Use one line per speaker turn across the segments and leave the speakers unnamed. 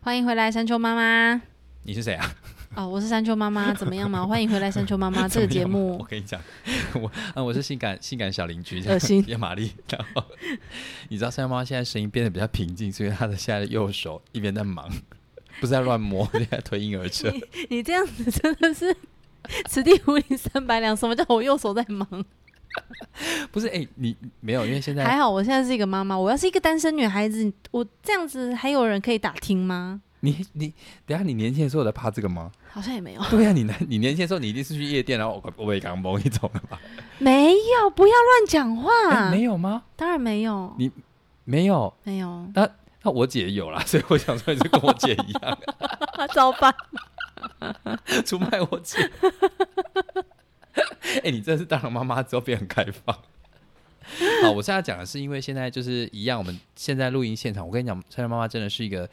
欢迎回来，山丘妈妈。
你是谁啊？
哦，我是山丘妈妈，怎么样 嘛？欢迎回来，山丘妈 妈。这个节
怎么样我
目
跟你讲， 我啊，我是性感性感小邻居，
恶心
也玛丽。然后 你知道三妈现在声音变得比较平静，所以她的现在的右手一边在忙， 不是在乱摸， 就在推婴儿车。
你这样子真的是 此地无银三百两。什么叫我右手在忙？
不是哎、你没有，因为现在
还好我现在是一个妈妈，我要是一个单身女孩子，我这样子还有人可以打听吗？
你你等一下你年轻的时候有在怕这个吗？
好像也没有，
对啊，你那你年轻的时候你一定是去夜店，然后我我也刚懵一种
啊
了吧？
没有，不要乱讲话。
哎、没有吗？
当然没有，
你没有，
没有，
那我姐有啦， 所以我想说你是跟我姐一样
糟吧？
出卖我姐。哎、你真的是当了妈妈之后变很开放。好，我现在讲的是，因为现在就是一样，我们现在录音现场，我跟你讲，珊珊妈妈真的是一个，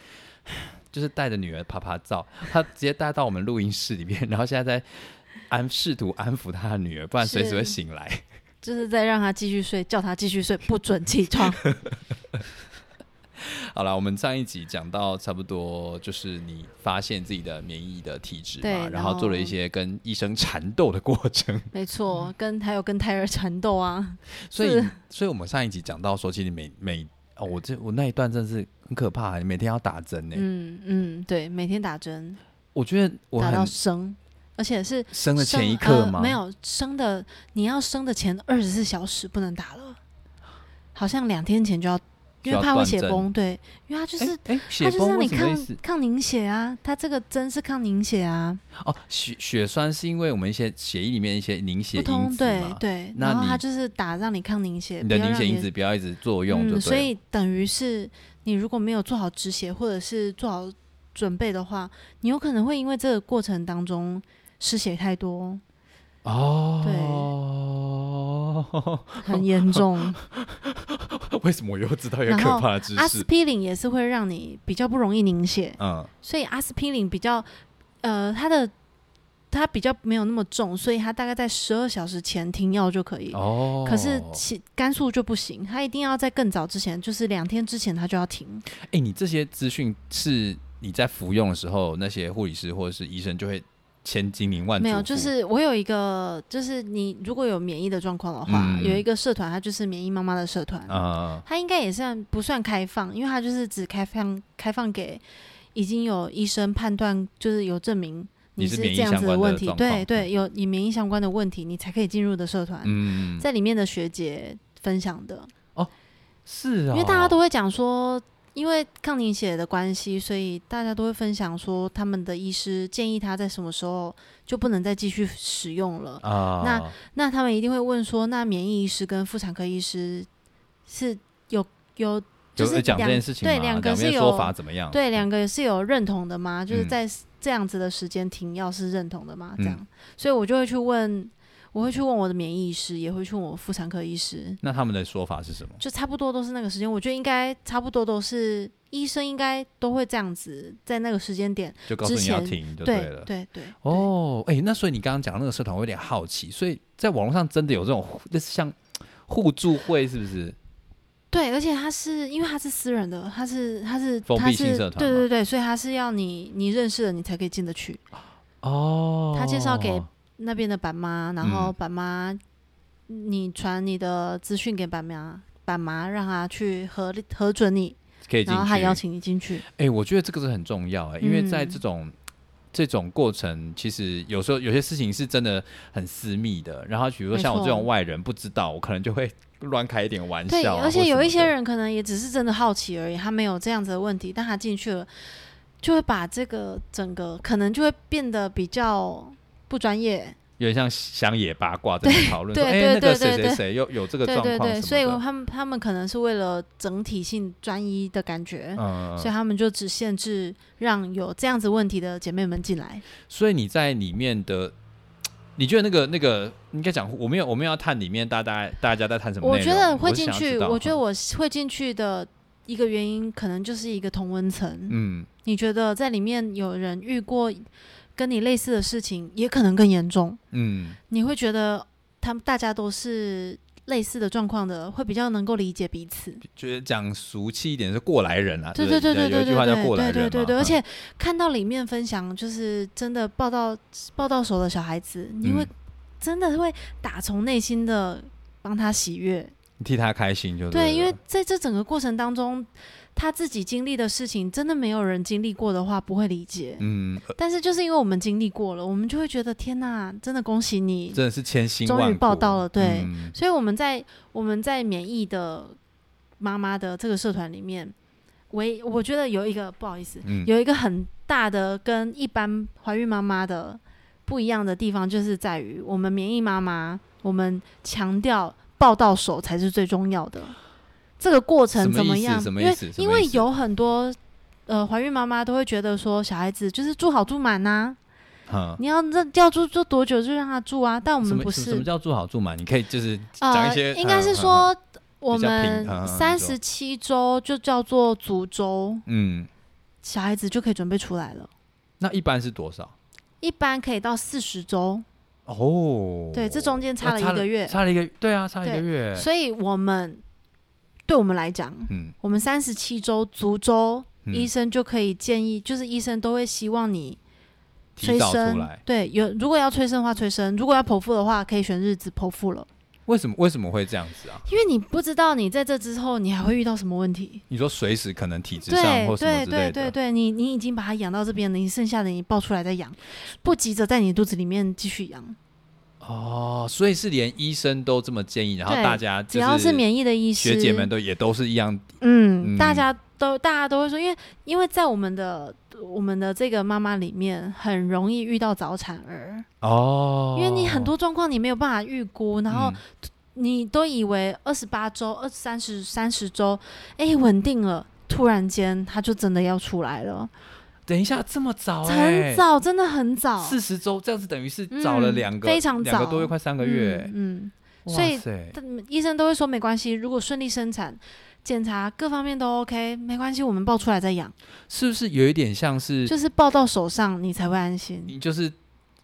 就是带着女儿爬爬照，她直接带到我们录音室里面，然后现在在安试图安抚她的女儿，不然随时
是
会醒来。
就是在让她继续睡，叫她继续睡，不准起 床。
好了，我们上一集讲到差不多就是你发现自己的免疫的体质
对
嘛，然
然
后
后
做了一些跟医生缠斗的过程，
没错，跟还有跟胎儿缠斗啊，
所以所以我们上一集讲到说，其实每每哦，我这我那一段真的是很可怕，你每天要打针呢、
嗯嗯，对，每天打针，
我觉得我
打到
很
生，而且是
生的前
生
一刻
呃
吗？
没，有生的，你要生的前二十四小时不能打了，好像两天前就要，因为
就要
怕会
断
血
针
崩，对，因为它就是。
哎、
它
血
就是
崩
让
为
你
什么意
抗
思？
抗凝血啊，它这个针是抗凝血啊，
哦，血血栓是因为我们一些血液里面一些凝血
不
因子
通对
嘛，
对，
那
然后
你
它就是打让你抗凝血，
你的
不要
凝
让
血
你
因
的
子不要一直作用就对了。
嗯、所以等于是你如果没有做好止血，或者是做好准备的话，你有可能会因为这个过程当中失血太多，
哦，
很严 重。
为什么我又知道一个
然后
可怕的知
阿司
识？
匹林也是会让你比较不容易凝血，
嗯，
所以阿司匹林比较呃它的。它比较没有那么重，所以它大概在十二小时前停药就可以。
哦，
可是其甘肃就不行，它一定要在更早之前，就是两天之前它就要停。
哎、你这些资讯是你在服用的时候，那些护理师或者是医生就会千叮咛万嘱咐
没有，就是我有一个，就是你如果有免疫的状况的话，
嗯
有一个社团，它就是免疫妈妈的社团，
啊、
它应该也算不算开放？因为它就是只开放开放给已经有医生判断，就是有证明
你是
是
免疫
这样
相
子
关的
问题
状，况
对对，有你免疫相关的问题，你才可以进入的社团，
嗯，
在里面的学姐分享的，
是啊、
因为大家都会讲说，因为抗凝血的关系，所以大家都会分享说，他们的医师建议他在什么时候就不能再继续使用了。
啊，
那那他们一定会问说，那免疫医师跟妇产科医师是有有就
有
是
讲这
两
件事情吗
对两个
两
是
边
有
说法怎么样？
对两个是有认同的吗？就是
嗯
在这样子的时间停药是认同的吗？
嗯
这样，所以我就会去问，我会去问我的免疫医师，也会去问我妇产科医师，
那他们的说法是什么？
就差不多都是那个时间。我觉得应该差不多都是医生应该都会这样子，在那个时间点，
就告诉你要
之前
停就
对
了。
对对，
哦，哎、那所以你刚刚讲那个社团，我有点好奇，所以在网络上真的有这种互就是像互助会，是不是？
对，而且他是因为他是私人的，他是他是
封
他
闭性
是
社团
对
嘛
对对，所以他是要你你认识了你才可以进得去。
哦，
他介绍给那边的板妈，然后
嗯
板妈，你传你的资讯给板妈，板妈让他去核核准你，
可以进
然后
去，
他邀请你进去。
哎、我觉得这个是很重要哎、因为在
嗯
这种、这种过程，其实有时候有些事情是真的很私密的。然后比如说
没
像我这
错
种外人不知道，我可能就会 乱开一点玩
对，
笑啊、
而
或
且
什
有
么
一些
的，
人可能也只是真的好奇而已，他没有这样子的问题，但他进去了，就会把这个整个可能就会变得比较不专业。
有点像乡野八卦在那 讨论说，
对
哎、
对
那个
对
谁
对
谁
对
谁又有这个
对
状
对
况
对，
什
所以
么的。
他们他们可能是为了整体性专一的感觉，
嗯，
所以他们就只限制让有这样子问题的姐妹们进来。
所以你在里面的，你觉得那个那个应该讲，我们有我们要探里面大大大家在探什么
我
内
觉
容
得
我
会
是
进
想要
去，
知道
我觉
哈
得我是会进去的一个原因，可能就是一个同温层。
嗯，
你觉得在里面有人遇过跟你类似的事情，也可能更严重，
嗯，
你会觉得他们大家都是类似的状况的，会比较能够理解彼此。
觉得讲俗气一点是过来人啊，
对
对
对对
有
对
一句
对
话叫过来
对对
人
对
嘛
对，而
嗯
且看到里面分享，就是真的抱到抱到手的小孩子，你会
嗯
真的会打从内心的帮他喜悦。
你替他开心就
对，因为
了
在这整个过程当中，他自己经历的事情，真的没有人经历过的话不会理解。
嗯，呃
但是就是因为我们经历过了，我们就会觉得天哪，真的恭喜你，
真的是千辛
终于
万
报
苦
到了对
嗯
所以我们在我们在免疫的妈妈的这个社团里面，唯我觉得有一个不好意思，
嗯
有一个很大的跟一般怀孕妈妈的不一样的地方，就是在于我们免疫妈妈，我们强调抱到手才是最重要的。这个过程怎样？
什
因
么
为
意思什么意思
因为有很多呃怀孕妈妈都会觉得说，小孩子就是住好住满呐、
哈
你要这要住住多久就让他住啊。但我
什
们
么
不
什么
是
什么叫住好住满？你可以就是讲一
呃
些，，
应该
嗯
是，说我
比较平
们
嗯嗯
三十七周就叫做足周，
嗯，嗯
小孩子就可以准备出来了。
那一般是多少？
一般可以到四十周，
哦，
对，这中间差
那
了一个月，
差了一个，对啊，差了一个
对
月，
所以我们对我们来讲，
嗯，
我们三十七周足周，
嗯
医生就可以建议，就是医生都会希望你催
提早出
生
来，，
对，有如果要催生的话催生，如果要剖腹的话可以选日子剖腹了，
为什么为什么会这样子啊？
因为你不知道你在这之后你还会遇到什么问题。
你说随时可能体质上
对
或什么
对
之
对
类
对
的，
对，你你已经把它养到这边了，你剩下的你抱出来再养，不急着在你肚子里面继续养。
哦，所以是连医生都这么建议，然后
对
大家
只
就
要
是
是免疫的医师，
学姐们都也都是一样，
嗯，
嗯
大家都大家都会说，因为因为在我们的我们的这个妈妈里面，很容易遇到早产儿，
哦，
因为你很多状况你没有办法预估，然后
嗯
你都以为二十八周、二三十、三十周，哎，稳定了。突然间，它就真的要出来了，
等一下这么早
很
哎，
早，真的很早，
四十周这样子等于是早了
嗯
两个
非常
两个
早
多月快三个月，欸
嗯，嗯
哇
所以
塞
但医生都会说没关系，如果顺利生产，检查各方面都 OK，没关系，我们抱出来再养，
是不是有一点像是
就是抱到手上你才会安心。
你就是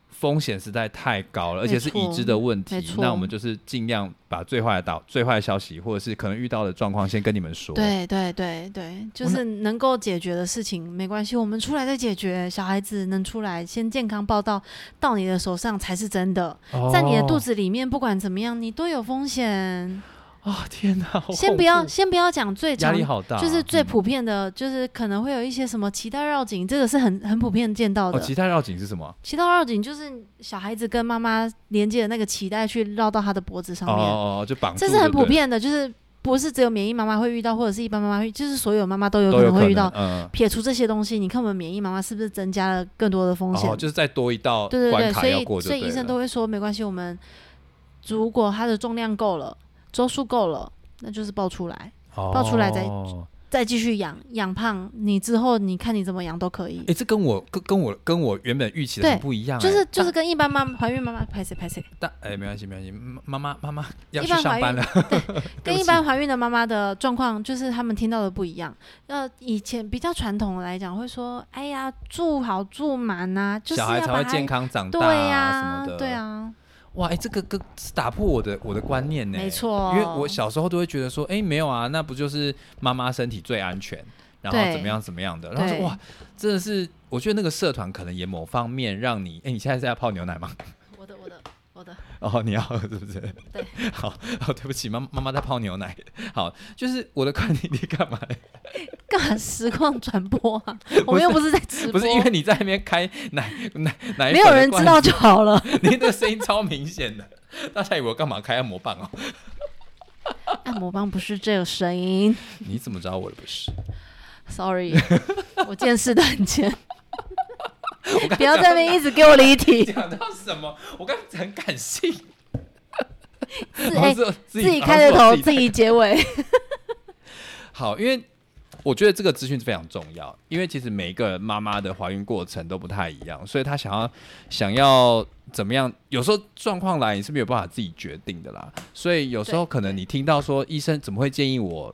风险实在太高了，而
没
且是已
错
知的问
没
题。
错
那我们就是尽量把最坏的导、最坏的消息，或者是可能遇到的状况，先跟你们说。，
对对对对，就
我那
是能够解决的事情没关系，我们出来再解决。小孩子能出来，先健康报到到你的手上才是真的，在你的
哦
肚。子里面，不管怎么样，你都有风险。
啊、天哪！好
先
恐
不要
怖，
先不要讲最
压
常
力好大啊，
就是最
嗯
普遍的，就是可能会有一些什么脐带绕颈，这个是很很普遍见到的。
哦，脐带绕颈是什么？
脐带绕颈就是小孩子跟妈妈连接的那个脐带去绕到他的脖子上
哦
面，
哦哦，就绑住，
这是很
对不对
普，遍的，就是不是只有免疫妈妈会遇到，或者是一般妈妈会，就是所有妈妈都有
都
可
有
能会遇到。
嗯，
撇除这些东西，你看我们免疫妈妈是不是增加了更多的风险？
哦，就是再多一道
对对
关
对，
卡
所
要
以
过就
所
对
以医生
了
都会说没关系，我们如果他的重量够了，周数够了，那就是抱出来，
报
报出来再
哦
再继续养养胖，你之后你看你怎么养都可以。
哎，这跟我跟跟我跟我原本预期的很
对
不一样哎，
就是就是跟一般妈怀孕妈妈拍谁拍谁，
但哎，没关系没关系，妈妈妈妈要
一
去
般怀
上班
孕
了，对
跟
不
一
起
般怀孕的妈妈的状况，就是他们听到的不一样。那以前比较传统的来讲，会说：“哎呀，住好住满呐、就是
小孩
要
才
把
会
它
健康长大
对
呀、
呀、
什么的。
对，啊，
哇，哎、这个个是打破我的我的观念呢。
没，错，
因为我小时候都会觉得说，哎、没有啊，那不就是妈妈身体最安全，然后
对
怎么样怎么样的，然后说
对
哇，真的是，我觉得那个社团可能也某方面让你，哎、你现在是在泡牛奶吗？
我的我的我的，
哦，你要喝是不是？
对，
好，哦，对不起，妈妈妈在泡牛奶。 好，就是我的观点，你干嘛？
干嘛实况转播 啊？我
不
们
是
又不是在直播，
不是因为你在那边开奶奶奶，
没有人知道就好了。
你那个声音超明显的，大家以为我干嘛开按摩棒哦？
按摩棒不是这个声音
你怎么知道我的不是？
，sorry，我见识的很浅，
我刚
不要在那边一直给我离题。
讲到什么？我刚才很感性，
自
然
哎、
后是自
自己开的
然后
头，
是我
自己结尾。
好，因为我觉得这个资讯非常重要，因为其实每一个妈妈的怀孕过程都不太一样，所以她想要想要怎么样，有时候状况来你是没有办法自己决定的啦，所以有时候
对
可能你听到说医生怎么会建议我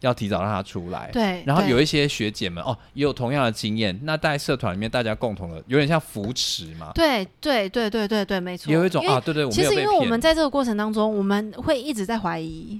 要提早让她出来。
对，
然后
对
有一些学姐们哦，也有同样的经验，那在社团里面大家共同的，有点像扶持嘛，
对对对对对对，没错，
也有一种
因为
啊，对对，我
其
没有
实，因
被
为我
骗
们在这个过程当中，我们会一直在怀疑，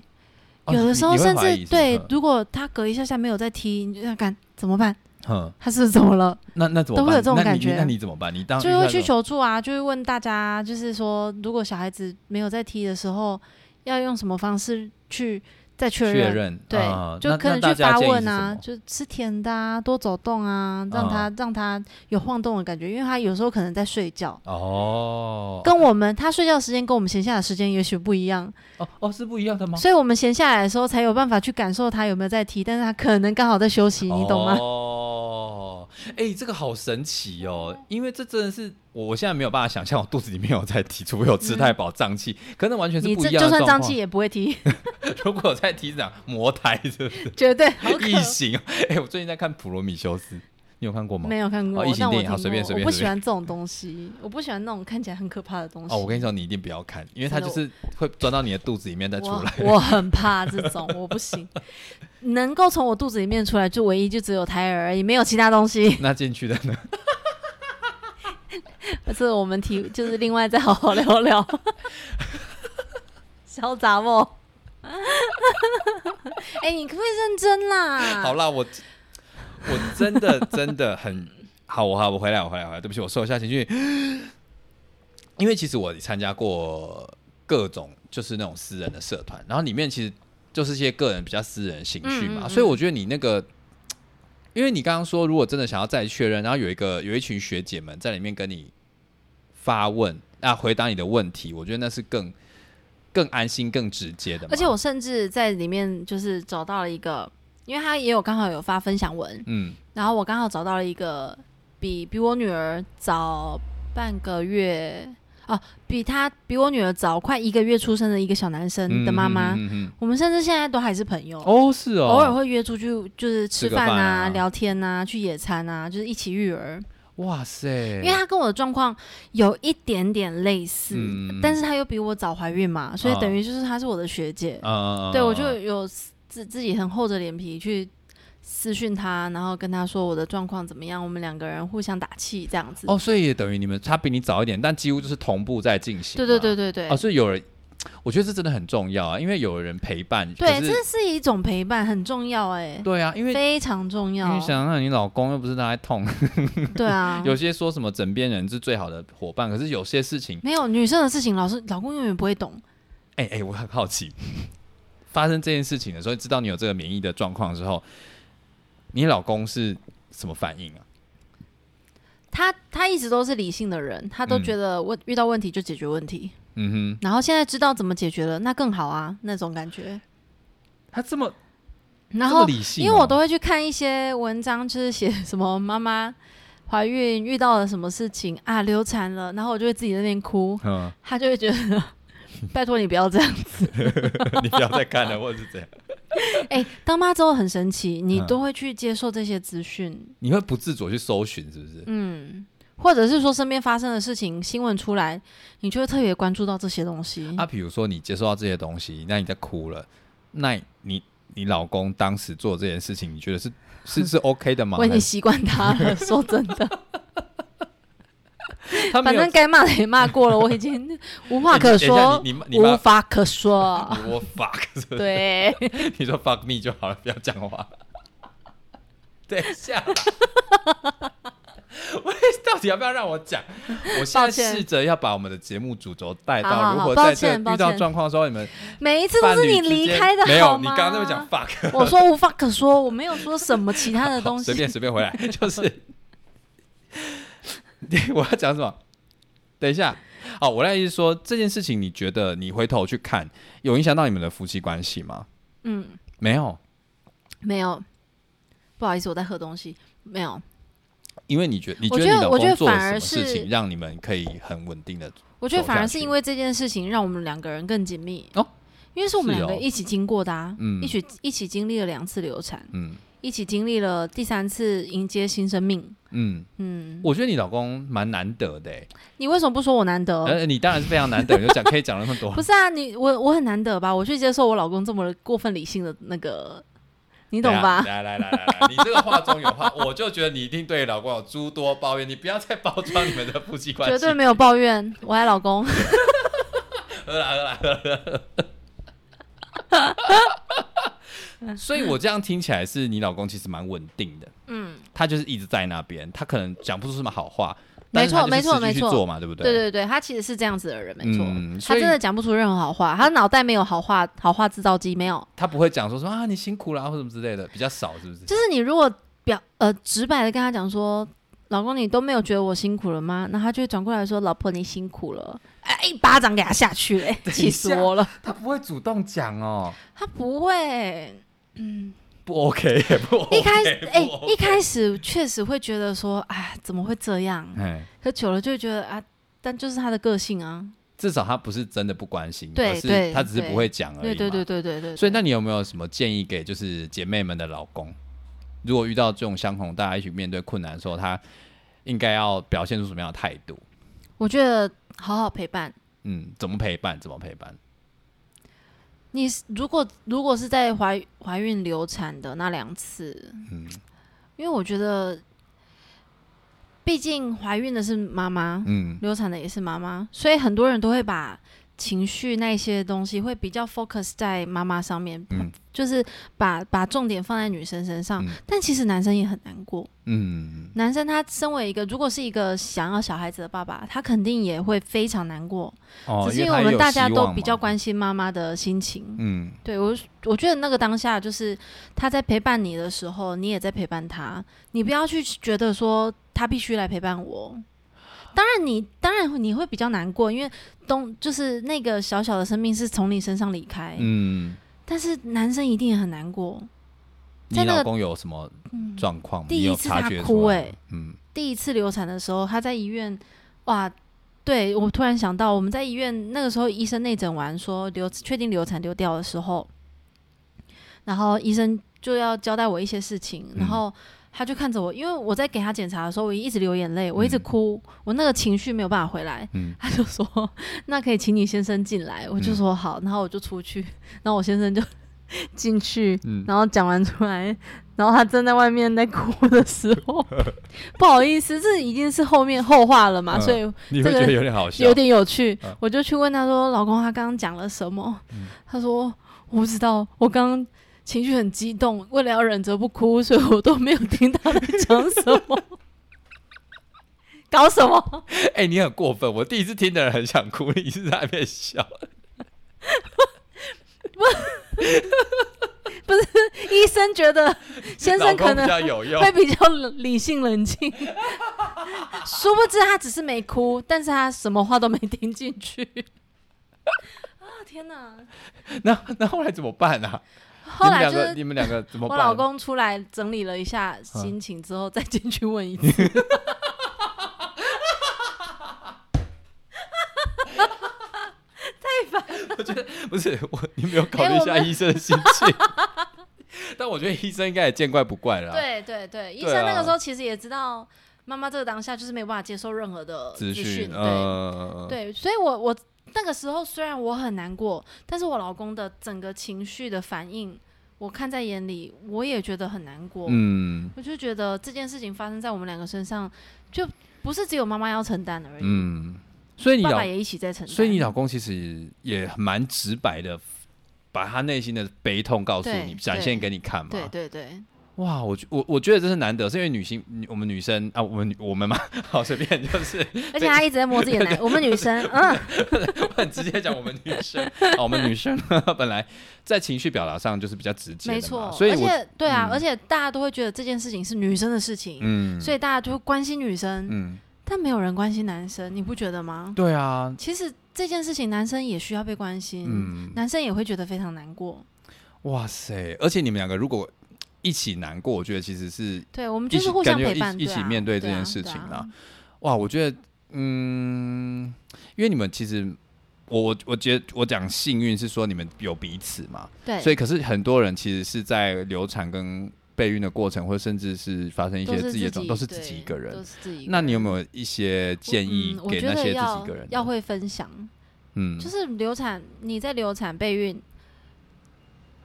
哦
有的
你
时候
你会
甚
怀
至
疑是不是
对，如果他隔一下下没有在踢，你就想看怎么办？
嗯，
他是不是怎么了？
那那怎么
都会
办
有这种
那你
感
你
觉
那你怎么办？你当
就会去
遇到
求助啊，就会问大家，就是说，如果小孩子没有在踢的时候，要用什么方式去再确
这种
认？
确认，
对，
嗯
就
那
可能
那大
去
家
发
建议
问
是什
啊，
么嗯
就吃甜的啊，多走动啊，让他、让他有晃动的感觉，因为他有时候可能在睡觉，
哦，
跟我们他睡觉的时间跟我们闲下的时间也许不一样，
哦哦是不一样的吗？
所以我们闲下来的时候才有办法去感受他有没有在踢，但是他可能刚好在休息， 你懂吗？
哦，哎、这个好神奇哦，因为这真的是我我现在没有办法想象我肚子里面有在提，除非有吃太饱胀气，可能完全是
嗯你
不
这
一样
就
的
算胀
状
气
况。
也不会踢，
如果有在提长魔胎，是不是
绝对好可
异形？哎、我最近在看《普罗米修斯》，你有看过吗？
没有看过，
哦异形
但我
电影
听
好
过。
随便随便
我不
随
喜欢这种东西，我不喜欢那种看起来很可怕的东西。
哦，我跟你说，你一定不要看，因为它
真
就
的
是会钻到你的肚子里面再出
我
来。
我很怕这种，我不行。能够从我肚子里面出来，就唯一就只有胎儿而已，没有其他东西。
那进去的呢？
这我们提就是另外再好好聊 聊。小杂毛， 哎、你可不可以认真啦？
好啦，我我真的真的很好，我好，我回来，我回来，我回来。对不起，我受一下情绪，因为其实我参加过各种就是那种私人的社团，然后里面其实就是一些个人比较私人的情绪
嗯
嘛，
嗯嗯
所以我觉得你那个。因为你刚刚说，如果真的想要再确认，然后有一个有一群学姐们在里面跟你发问啊，回答你的问题，我觉得那是更更安心、更直接的嘛。
而且我甚至在里面就是找到了一个，因为他也有刚好有发分享文，
嗯，
然后我刚好找到了一个比比我女儿早半个月哦、比她比我女儿早快一个月出生的一个小男生的妈妈，
嗯嗯嗯嗯嗯
我们甚至现在都还是朋友，
哦，是哦，
偶尔会约出去就是吃
吃个
饭
饭
啊、
啊
聊天啊、去野餐啊，就是一起育儿。
哇塞！
因为她跟我的状况有一点点类似，
嗯
但是她又比我早怀孕嘛，所以
啊
等于就是她是我的学姐。
啊，
对，我就有自自己很厚着脸皮去私讯他，然后跟他说我的状况怎么样，我们两个人互相打气这样子。
哦，所以也等于你们他比你早一点，但几乎就是同步在进行
对对
嘛。
对对对，
哦，所以有人，我觉得这真的很重要啊，因为有人陪伴。
对，
可
这
是
是一种陪伴，很重要哎、
对啊，因为
非常重
因
要
为。想让你老公又不是他在痛，，
对啊
有些说什么枕边人是最好的伙伴，可是有些事情，
没有女生的事情，老是老公永远不会懂。
哎哎，我很好奇， 发生这件事情的时候，知道你有这个免疫的状况之后，你老公是什么反应啊？
他他一直都是理性的人，他都
嗯
觉得问遇到问题就解决问题，
嗯
然后现在知道怎么解决了，那更好啊，那种感觉。
哼，他这么
然
这么
后
理性哦，
因为我都会去看一些文章，就是写 什么妈妈怀孕遇到了什么事情啊，流产了，然后我就会自己在那边哭，
嗯，
她就会觉得 拜托你不要这 样。
你不要再看了， 或者是怎样。
哎、当妈之后很神奇，你
嗯
都会去接受这些资讯，
你会不自主去搜寻，是不是？
嗯，或者是说身边发生的事情新闻出来，你就会特别关注到这些东西。
啊，比如说你接受到这些东西，那你在哭了，那你你老公当时做这件事情，你觉得是是是 OK 的吗？
我已经
还是
习惯他 了，说真的，
他没
反
有
正该骂的也骂过了，我已经无话
哎
可
你等一下
说，
你你你
无
妈
法可 说。
你我 fuck，是不是
对，
你说 fuck me 就好了，不要讲话。 等一下 啦，我到底要不要让我讲？我现
抱
在
歉
试着要把我们的节目主轴带
好好
到如
好
何
抱
在这
歉抱
遇到
歉
状况的时候，你们
每一次都
伴
是
侣
你
之
离
间
开的，
没
好
有？你
吗
刚刚那么讲 fuck，
我说无话可说，我没有说什么其他的
好
东西。
随便随便 回来，就是 我要讲什么？等一下，好，我的意思说这件事情，你觉得你回头去看，有影响到你们的夫妻关系吗？
嗯，
没有，
没有，不好意思，我在喝东西。没有，
因为你觉你
我
得
觉得
你老
我觉
公
得
做了
反
什
而
么事
是
情，让你们可以很稳定的
我觉得
走
反
下
而是
去
因为这件事情让我们两个人更紧密
哦，
因为是我们
是
两个
哦
一起经过的啊，
嗯
一起一起经历了两次流产，
嗯
一起经历了第三次迎接新生命。
嗯，
嗯，
我觉得你老公蛮难得的、欸，
你为什么不说我难得？
而你当然是非常难得，你就讲可以讲 那么多
不，是啊，你我我很难得吧？我去接受我老公这么过分理性的那个你懂吧？
来来来来来，你这个话中有话，我就觉得你一定对老公有诸多抱怨，你不要再包装你们的夫妻关系。
绝对没有抱怨，我爱老公。
喝啦喝啦喝啦喝啦。所以，我这样听起来是你老公其实蛮稳定的，
嗯，
他就是一直在那边，他可能讲不出什么好话，
没错
但是他就是
没错
持续
没错
去做嘛，对不对？
对对对，他其实是这样子的人，没错。
嗯
他
所以
真的讲不出任何好话，他脑袋没有好话，好话制造机没有。
他不会讲说什么啊你辛苦啦或什么之类的，比较少，是不是？
就是你如果表呃直白的跟他讲说，老公你都没有觉得我辛苦了吗？那他就会转过来说，老婆你辛苦了，哎、一巴掌给他下去 嘞、
等一下
气死我了。
他不会主动讲哦，
他不会，
不 OK，不 OK，
一开始哎、
不 OK
一开始确实会觉得说，哎，怎么会这样？
哎，
可久了就会觉得啊，但就是他的个性啊。
至少他不是真的不关心，
对
而是
对
他只是不会讲而已嘛。
对对对对对对。
所以，那你有没有什么建议给就是姐妹们的老公？如果遇到这种相同，大家一起面对困难的时候，他应该要表现出什么样的态度？
我觉得好好陪伴。
嗯，怎么陪伴？怎么陪伴？
你是如果如果是在怀怀孕流产的那两次，
嗯
因为我觉得，毕竟怀孕的是妈妈，
嗯
流产的也是妈妈，所以很多人都会把情绪那些东西会比较 focus 在妈妈上面，
嗯
就是把把重点放在女生身上。
嗯
但其实男生也很难过，
嗯
男生他身为一个如果是一个想要小孩子的爸爸，他肯定也会非常难过。
哦，
只是因为
他
我
也
们
有
大家
希
都
望
比较
嘛
关心妈妈的心情，
嗯
对我是，我觉得那个当下就是他在陪伴你的时候，你也在陪伴他。你不要去觉得说他必须来陪伴我。当然你，当然你会比较难过，因为东就是那个小小的生命是从你身上离开。
嗯。
但是男生一定也很难过。
你
在那个嗯
老公有什么状况吗？
第
你
一
有
次
察
他
觉出
哭
来
欸
吗嗯
第一次流产的时候，他在医院，哇，对我突然想到，我们在医院那个时候，医生内诊完说流确定流产流掉的时候，然后医生就要交代我一些事情，
嗯
然后他就看着我，因为我在给他检查的时候，我一直流眼泪，我一直
嗯
哭，我那个情绪没有办法回来。
嗯，
他就说：“那可以请你先生进来。”我就
嗯
说：“好。”然后我就出去，然后我先生就 进去，
嗯
然后讲完出来，然后他站在外面在哭的时 候，不好意思，这已经是后面后话了嘛，
嗯
所以
你会
这个
觉得有点好笑，
有点有趣。
嗯
我就去问他说：“老公，他刚刚讲了什么？”他说：“我不知道，我刚刚情绪很激动，为了要忍着不哭，所以我都没有听他在讲什 么。”搞什么？
哎、你很过分！我第一次听的人很想哭，你是在那边笑。
医生觉得先
老
生
公
可
比
能
较有用
会，比较冷理性冷静。 殊不知他只是没哭，但是他什么话都没听进去。啊天哪！
那那后来怎么办啊？
后来
你们
就
两个你
是
们两个怎么
我
办？
老公出来整理了一下心情之后，再进去问一
嗯
次。
我觉得 不是我，你没有考虑一
哎我
下
们
医生的心情。 但我觉得医生应该也见怪不怪了、，
对对对，医
对啊
生那个时候其实也知道，妈妈这个当下就是没有办法接受任何的资
资讯
讯，，
呃，
对对，所以我我那个时候虽然我很难过，但是我老公的整个情绪的反应，我看在眼里，我也觉得很难过。
嗯
我就觉得这件事情发生在我们两个身上，就不是只有妈妈要承担而已，
嗯。所以你
爸
老
爸，也一起在承担。
所以你老公其实也蛮直白的，把他内心的悲痛告诉
对
你，
对
展现给你看嘛。
对对对，
哇，我觉我我觉得这是难得，是因为女性，女我们女生啊，我们女我们嘛， 好随便，就是
而且他一直在摸自己的奶，我们女生，嗯，
我很直接讲，我们女 生，啊、我们女生 本来在情绪表达上就是比较直接的嘛，
没错，
所以
而
我
且对啊，而且大家都会觉得这件事情是女生的事情，
嗯，
所以大家就会关心女生，
嗯，
但没有人关心男生，你不觉得吗？
对啊，
其实这件事情男生也需要被关心，
嗯，
男生也会觉得非常难过。
哇塞，而且你们两个如果一起难过，我觉得其实是
对，我们
一
就
起
是互
感
相
觉
陪
一
伴，
一起
啊
面对这
对啊
件事情
对
啦
啊。
哇，我觉得嗯，因为你们其实。我我我觉得我讲幸运是说你们有彼此嘛，
对，
所
以
以，可是很多人其实是在流产跟备孕的过程，或甚至是发生一些自己的状，都是自己一个人
都。是自己一个
那你有
人
没有一些建议
嗯我
给
觉
那
得
些自
要
己一个人的？
要会分享，
嗯，
就是流产，你在流产备孕，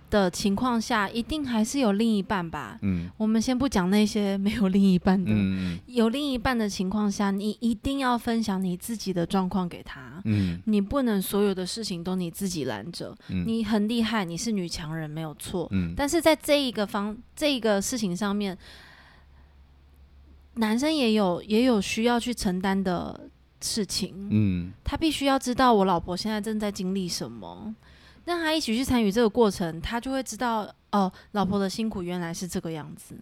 的情况下，一定还是有另一半吧。
嗯
我们先不讲那些 没有另一半的，
嗯
有另一半的情况下，你一定要分享你自己的状况给他。
嗯
你不能所有的事情都你自己拦着，
嗯，
你很厉害，你是女强人没有错，
嗯
但是在这一个方这一个事情上面，男生也有也有需要去承担的事情，
嗯
他必须要知道我老婆现在正在经历什么，让他一起去参与这个过程，他就会知道哦，老婆的辛苦原来是这个样子。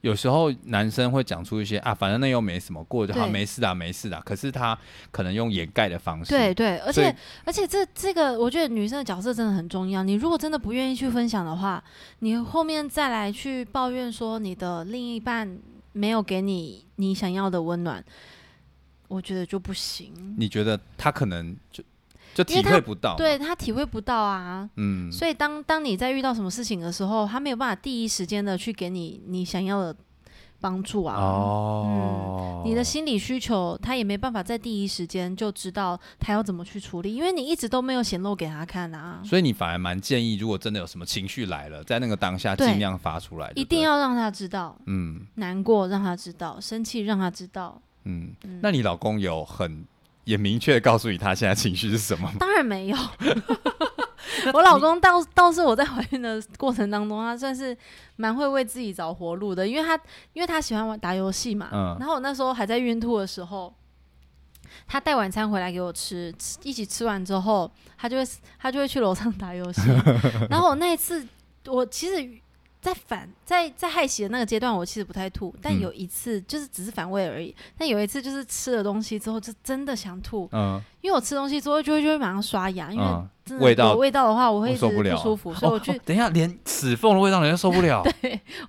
有时候男生会讲出一些啊，反正那又没什么，过就好，
对
没事的，没事的。可是他可能用掩盖的方式，
对，对，而
所以
且而且这这个，我觉得女生的角色真的很重要。你如果真的不愿意去分享的话，你后面再来去抱怨说你的另一半没有给你你想要的温暖，我觉得就不行，
你觉得他可能就就
因为
体
他
会不到，，
对他体会不到啊。
嗯，
所以当当你在遇到什么事情的时候，他没有办法第一时间的去给你你想要的帮助啊。
哦，
你的心理需求，他也没办法在第一时间就知道他要怎么去处理，因为你一直都没有显露给他看啊。
所以你反而蛮建议，如果真的有什么情绪来了，在那个当下
对
尽量发出来，对
一
不对
定，要让他知道，
嗯
难过让他知道，生气让他知道。
嗯
嗯。
那你老公有很也明确地告诉你他现在情绪是什么吗？
当然没有， 我老公倒倒是我在怀孕的过程当中，他算是蛮会为自己找活路的，因为他因为他喜欢玩打游戏嘛。
嗯
然后我那时候还在孕吐的时候，他带晚餐回来给我吃，吃一起吃完之后，他就会他就会去楼上打游 戏。然后我那一次，我其实。在反在在害喜的那个阶段，我其实不太吐，但
嗯
有一次就是只是反胃而已。但有一次就是吃了东西之后，就真的想吐，
嗯，
因为我吃东西之后就会就会马上刷牙，因为
嗯
真的
味道
有味道的话，我会一
我
直
受不了
舒服，所以我 去、
哦等一下，连齿缝的味道你都受 不了，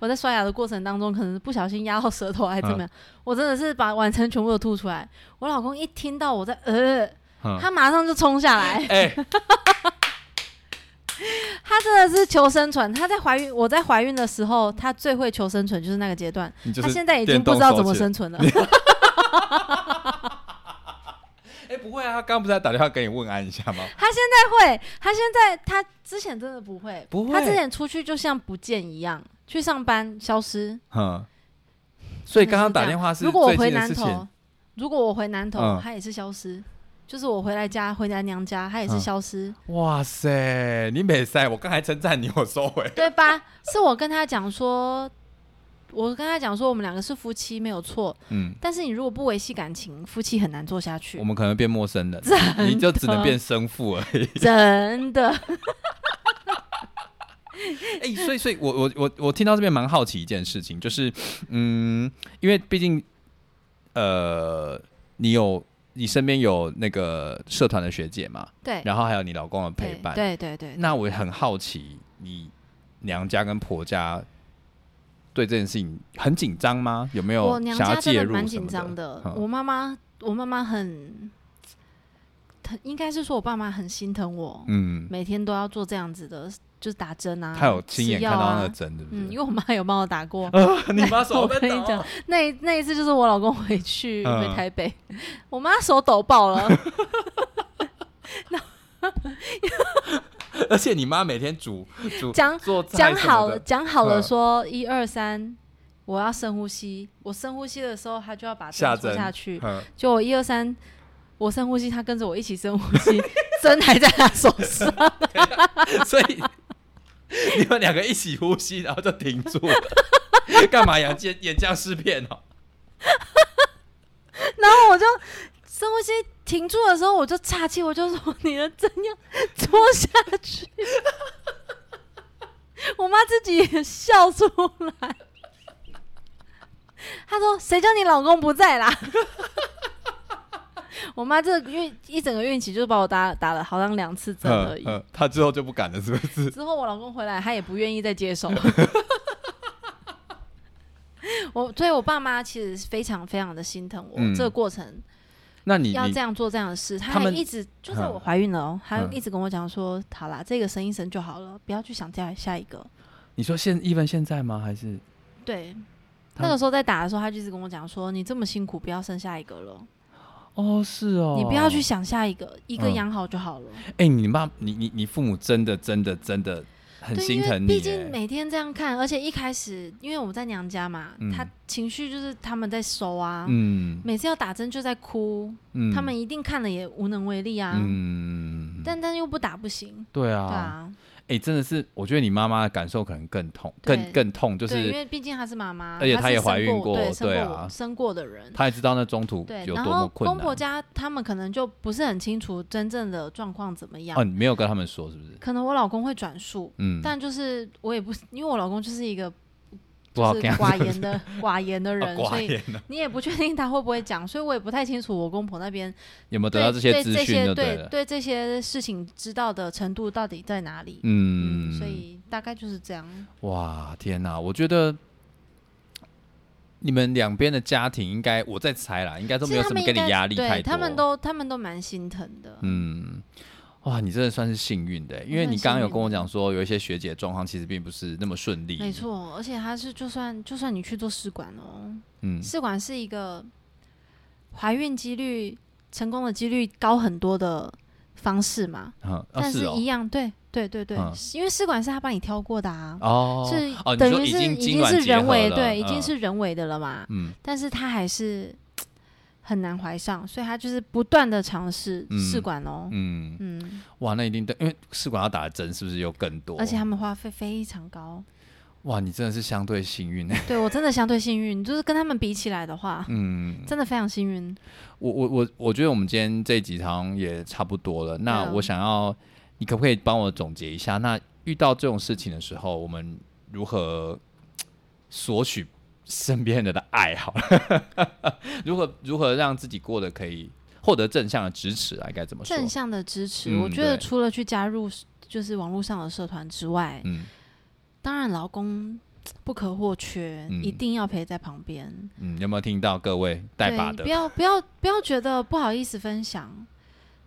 我在刷牙的过程当中，可能不小心压到舌头还是怎么样，
嗯
我真的是把晚餐全部都吐出来。我老公一听到我在呃，
嗯
他马上就冲下 来，
哎，
他真的是求生存。他在怀孕，我在怀孕的时候，他最会求生存，就是那个阶段。
你就
他
是
现在已经
电
不
动
知道
手
怎么
指
生存了。
哎、不会啊，他刚不是还打电话给你问安一下吗？
他现在 会，他现在他之前真的不会，
不会
他之前出去就像不见一样，去上班消失。
嗯，所以
真的
刚刚
是
打
这样
电话是
如果我
最
回
近的
南
事
投
情，，
如果我回南投，
嗯
他也是消失。就是我回来家，回来娘家，他也是
嗯
消失，
哇塞，你美塞，我刚才称赞你，我收回。
对吧？是我跟他讲说，我跟他讲说，我们两个是夫妻没有错，
嗯，
但是你如果不维系感情，夫妻很难做下去
我。们可能变陌生人，你就只能变生父而已。
真的，
哎、所以，所以我我我我听到这边蛮好奇一件事情，就是，嗯，因为毕竟，呃，你有你身边有那个社团的学姐嘛，
对，
然后还有你老公的
对，
陪伴，
对，对，对，
那我也很好奇，你娘家跟婆家对这件事情很紧张吗？有没
我
有
娘
想
家
要
真
介
的
入
蛮
什
紧
么
张
的？
的
嗯。
我妈妈，我妈妈很，很应该是说我爸妈很心疼我，
嗯，
每天都要做这样子的，就是打针啊，
他有亲眼
吃药
看到那个
啊。
针，对不
嗯，因
对？呃
为我妈有帮我打过，
你妈
我
手啊被
跟你讲，那一那一次就是我老公回去、
嗯
回台北，我妈手抖爆 了，
而且你妈每天煮煮
讲
做菜
讲
什么
好
的
了，讲好了
嗯
说一二三，我要深呼吸，我深呼吸的时候，他就要把
下
针戳
针
下去，
嗯
就我一二三，我深呼吸，他跟着我一起深呼吸， 针还在他手上，
所以你们两个一起呼吸，然后就停住了。 干嘛呀？演演僵尸片哦？
然后我就深呼吸停住的时候，我就岔气，我就说你的针要戳下去，我妈自己也笑出来。她说：“谁叫你老公不在啦？” 我妈这个孕一整个孕期就把我打打了好像两次针而已。
嗯，他之后就不敢了，是不是？
之后我老公回来，他也不愿意再接手。 我对我爸妈其实非常非常的心疼我、
嗯
这个过程，
那你
要
你
这样做这样的事，他
他
还
们
一直就在
嗯
我怀孕了哦，他
嗯
一直跟我讲说，好啦，这个生一生就好了，不要去想下下一个。
你说现 even 现在吗？还是
对，
他
那个时候在打的时候，他就一直跟我讲说，你这么辛苦，不要生下一个了，
哦是哦，
你不要去想下一个，一个
嗯
养好就好了。
哎、你妈，你你你父母真的真的真的很
对，
心
因为
疼你
毕竟
耶。
每天这样看，而且一开始因为我在娘家嘛，
嗯
他情绪就是他们在收啊，
嗯
每次要打针就在哭，
嗯，
他们一定看了也无能为力啊。
嗯，
但但又不打不行，
对啊，
对啊，
哎、真的是，我觉得你妈妈的感受可能更痛，
对
更更痛，就
对，因
是
为毕竟她是妈妈，
而且
她
她
是
也怀
生
孕
过，
过
对，生
对
过
啊
生过的人，
她也知道那中途
对。
有
然
多么
后
困
公
难。
婆家他们可能就不是很清楚真正的状况怎么样
哦，，你没有跟他们说是不是？
可能我老公会转述，
嗯，
但就是我也不，因为我老公就是一个
不
就
好
是
看
寡言 的寡言的人，所
哦寡
以
言了，
你也不确定他会不会讲，所以我也不太清楚我公婆那边
有没有得
对
到
对
些
这
资讯就
对
了？
对这些事情知道的程度到底在哪里。
嗯，
所以大概就是这样。
哇，天哪！我觉得你们两边的家庭应该，我在猜啦，应该都
其实
没有
他
什
们
么
应
给你
该
压力太
对
多。
他们都他们都蛮心疼的。
嗯，哇，你真的算是幸运的欸，因为
算
你刚刚有
幸
跟我
运的
讲说，有一些学姐状况其实并不是那么顺利。
没，错，而且他是就算就算你去做试管哦，
嗯，
试管是一个怀孕几率成功的几率高很多的方式嘛，
啊，
但
是
是
哦
一样，对对对对
嗯，
因为试管是他帮你挑过的啊，
哦，
是
哦，你
等
说
于
已
是
经
已
精
经
卵
是
结
人
合
为
了
对，已经
嗯
是人为的了嘛，
嗯
但是他还是很难怀上，所以他就是不断的尝试
嗯
试管哦，
嗯，哦
嗯，
哇，那一定对，因为试管要打的针是不是又更多？
而且他们花费非常高，
哇，你真的是相对幸运欸
对我真的相对幸运，就是跟他们比起来的话，
嗯，
真的非常幸运。
我我我我觉得我们今天这一集好像也差不多了。那
对啊
我想要，你可不可以帮我总结一下？那遇到这种事情的时候，我们如何嘖索取身边人的爱？好 了，如何如何让自己过得可以获得正向的支持啊？该怎么说？
正向的支持，
嗯
我觉得
对
除了去加入就是网络上的社团之外，
嗯
当然老公不可或缺，
嗯
一定要陪在旁边。
嗯，有没有听到各位带把
对，
的
不？要不要不要觉得不好意思分享，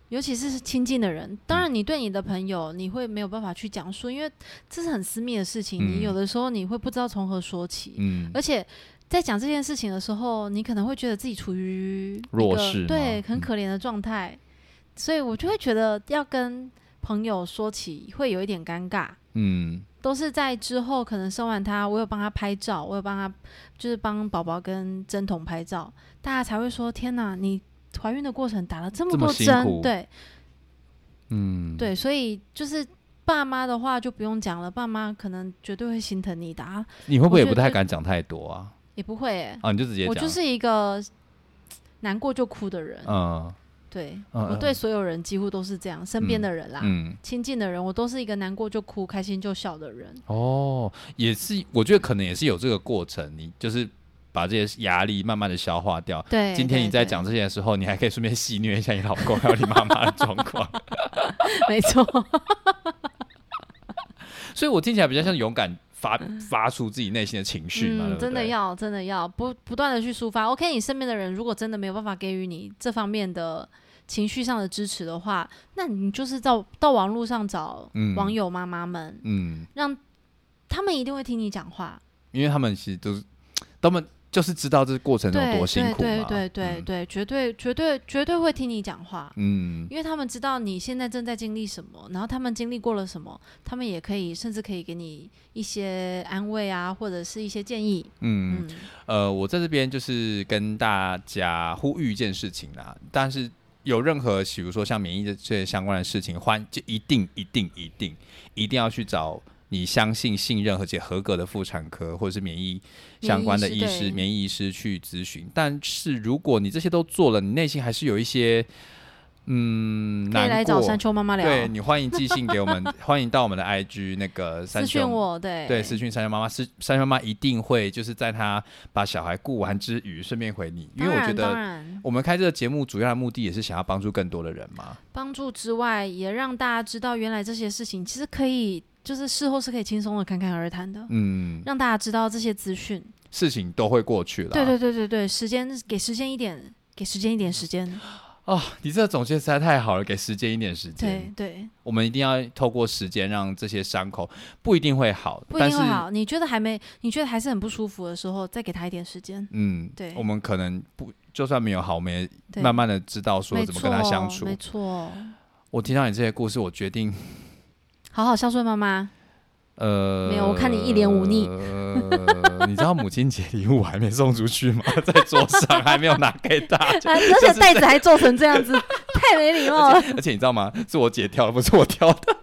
尤其是亲近的人。当
嗯
然，你对你的朋友，你会没有办法去讲述，因为这是很私密的事情，
嗯
你有的时候你会不知道从何说起，
嗯
而且。在讲这件事情的时候，你可能会觉得自己处于一个
弱势吗
对，很
嗯
可怜的状态，所以我就会觉得要跟朋友说起会有一点尴尬。
嗯
都是在之后可能生完他，我有帮他拍照，我有帮他就是帮宝宝跟针筒拍照，大家才会说天哪，你怀孕的过程打了这么
这么
多
辛
针，
苦
对
嗯，
对，所以就是爸妈的话就不用讲了，爸妈可能绝对会心疼你的啊，
你会不会也
我觉
不太
得
敢讲太多啊？
也不会、欸，
啊，你就直接
我
讲。
就是一个难过就哭的人，
嗯
对、
嗯
我对所有人几乎都是这样，身边的人啦。
嗯
亲近的人，我都是一个难过就哭、开心就笑的 人。
哦，也是，我觉得可能也是有这个过程，你就是把这些压力慢慢的消化掉。
对，
今天你
对
在
对
讲这些的时候，你还可以顺便戏虐一下你老公还有你妈妈的状况，
没 错，
所以我听起来比较像勇敢发发出自己内心的情绪嘛，对
嗯
不
真的
对
要，真的要不不断的去抒发。OK，你身边的人如果真的没有办法给予你这方面的情绪上的支持的话，那你就是到到网络上找
嗯
网友妈妈们，
嗯，
让他们一定会听你讲话。
因为他们其实都是，他们就是知道这过程中有
对
多辛
对
苦
对
嘛，嗯
对对对，绝对绝对绝对会听你讲话。
嗯，嗯
因为他们知道你现在正在经历什么，然后他们经历过了什么，他们也可以甚至可以给你一些安慰啊，或者是一些建议。
嗯
嗯，
呃，我在这边就是跟大家呼吁一件事情啦，但是有任何比如说像免疫的这些相关的事情，欢就一定一定一定一定要去找你相信、信任而且合格的妇产科或者是免疫相关的
免疫
医
医师
师、
对
免疫医师去咨询。但是如果你这些都做了，你内心还是有一些嗯
可以来
难
找
过，
山丘妈妈聊。
对你欢迎寄信给我们，欢迎到我们的 IG 那个三
私
兄
讯我，对
对，私讯三幺妈妈，是三幺妈妈一定会就是在她把小孩顾完之余，顺便回你，因为我觉
当然当
得
然
我们开这个节目主要的目的也是想要帮助更多的人嘛。
帮助之外，也让大家知道原来这些事情其实可以，就是事后是可以轻松的侃侃而谈的，
嗯，
让大家知道这些资讯。
事情都会过去了。
对对对对对，时间给时间一点，给时间一点时间。
哦，你这个总结实在太好了，给时间一点时
对
间，
对，
我们一定要透过时间让这些伤口不一定会好，
不一
但
定
是
会好。你觉得还没，你觉得还是很不舒服的时候，再给他一点时间。
嗯，
对
我们可能不就算没有好，我们也
对，
慢慢的知道说
没
怎么跟他
错
相处
没。错，
我听到你这些故事，我决定
好好孝顺妈妈。
呃，
没有我看你一脸忤 逆啊
呃你知道母亲节礼物还没送出去吗？ 在桌上还没有拿给大家，
啊而且袋子还皱成这样子， 太没礼貌了，
而且你知道吗？是我姐挑的，不是我挑的。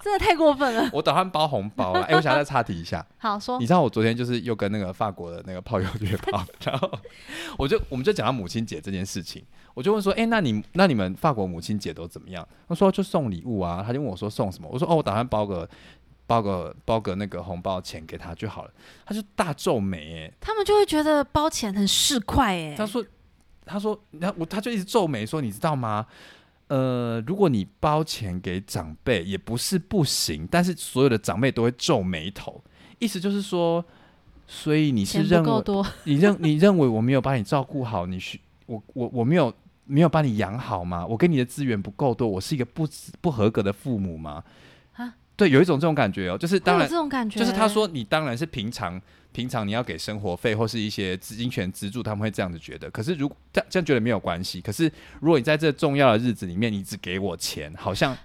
真的太过分了。
我打算包红包了。哎、我想要再插题一下，
好说
你，知道我昨天就是又跟那个法国的那个炮友约炮，然后我就我们就讲到母亲节这件事情，我就问说，哎、那你那你们法国母亲节都怎么样？他说就送礼物啊，他就问我说送什么，我说哦，我打算包个包个包个那个红包钱给他就好了，他就大皱眉、哎，
他们就会觉得包钱很市侩哎、
他说他说然后我他就一直皱眉说，你知道吗？呃，如果你包钱给长辈也不是不行，但是所有的长辈都会皱眉头，意思就是说，所以你是
钱
认
不
为
够多，
你认你认为我没有把你照顾好，你需我我我没有没有把你养好吗？我给你的资源不够多，我是一个不不合格的父母吗？
啊
对，有一种这种感觉哦，就是
会
当
有
然
这种感觉。
就是他说你当然是平常平常你要给生活费或是一些资金权资助，他们会这样子觉得。可是如这样这样觉得没有关系，可是如果你在这重要的日子里面你只给我钱，好像
啊，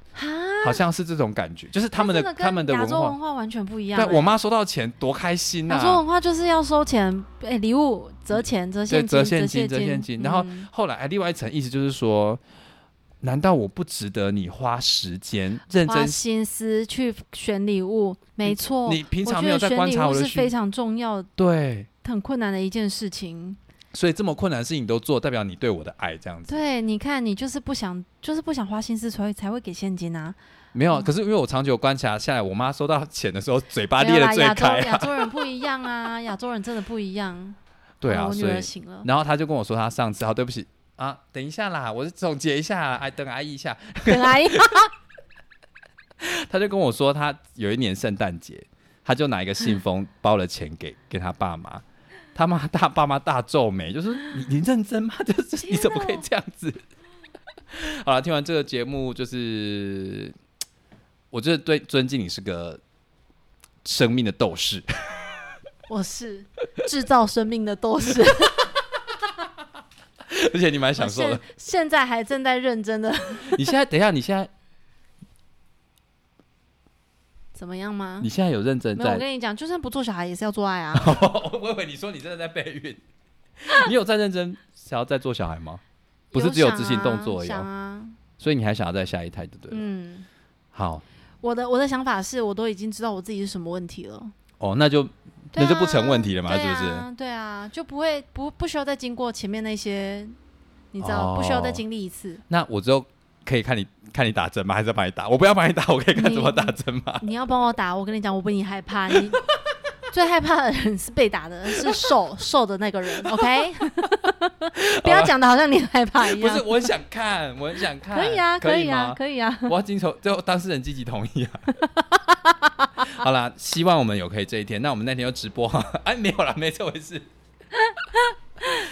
好像是这种感觉，就是他们的
真的跟
他们的
亚
文
洲
化
文。化完全不一样、
对
哎
我妈收到钱多开心呐、啊
亚洲文化就是要收钱，哎、礼物折钱、折现金、
折现金
金、
折现金然后
嗯
后来哎另外一层意思就是说，难道我不值得你花时间认
花
真？
心思去选礼物，没错。
你平
我
常
觉
没有
得
在
选
观察
礼
我
物
的
是非
需
常重要、
对，
很困难的一件事情。
所以这么困难的事情你都做，代表你对我的爱这样子。
对，你看，你就是不想，就是不想花心思，所以才会给现金啊。
没有，可是因为我长久观察下来，我妈收到钱的时候嘴巴
没
裂
有
的
啦，
最
亚洲
开、
亚
啊，
洲人不一样啊，亚洲人真的不一样。
对
哦
啊，
我女
所以
儿醒 了。
然后她就跟我说她上次，好对不起啊，等一下啦，我是总结一下，哎，等阿姨一下，
本 来
她就跟我说她有一年圣诞节，她就拿一个信封包了钱给给她爸妈。他妈大爸妈大皱眉，就是你你认真吗？ 就是你怎么可以这样子？
啊
好了，听完这个节目，就是我觉得对尊敬你是个生命的斗士。
我是制造生命的斗士，
而且你蛮 享
我
受
现
的。
现在还正在认真的
你现在等一下，你现在
怎么样吗
你？现在有认真
嗯没有，我
在？
跟你讲，就算不做小孩也是要做爱啊。
我以为你说你真的在备孕，你有在认真想要再做小孩吗？ 不是只有
想
执行动作而
啊
已
想
哦，
啊，
所以你还想要再下一胎，对不对了？
嗯，
好
我的我的想法是我都已经知道我自己是什么问题了，
哦，那就
对
那就
啊
不成问题了嘛，
对
是不是？
啊？对啊，就不会不不需要再经过前面那些，你知道，
哦
不需要再经历一次。
那我之后可以看你看你打针吗？还是要帮你打？我不要帮你打，我可以看
你
怎么打针吗？
你要帮我打，我跟你讲，我比你害怕。你最害怕的人是被打的，是瘦瘦的那个人。OK，不要讲的好像你很害怕一
不
样。
是，我很想看，我很想看。
可以啊，
可
以啊
吗，
可以 啊。
我要经求，最后当事人积极同意啊。 好啦，希望我们有可以这一天。那我们那天就直播， 哎，没有啦，没这回事。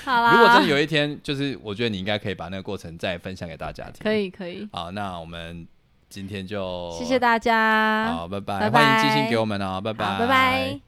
好啦，
如果真的有一天，就是我觉得你应该可以把那个过程再分享给大家听。
可。以，可以，
好，那我们今天就
谢谢大家，
哦好，拜拜，
拜拜
欢迎寄信给我们哦，拜
好拜拜。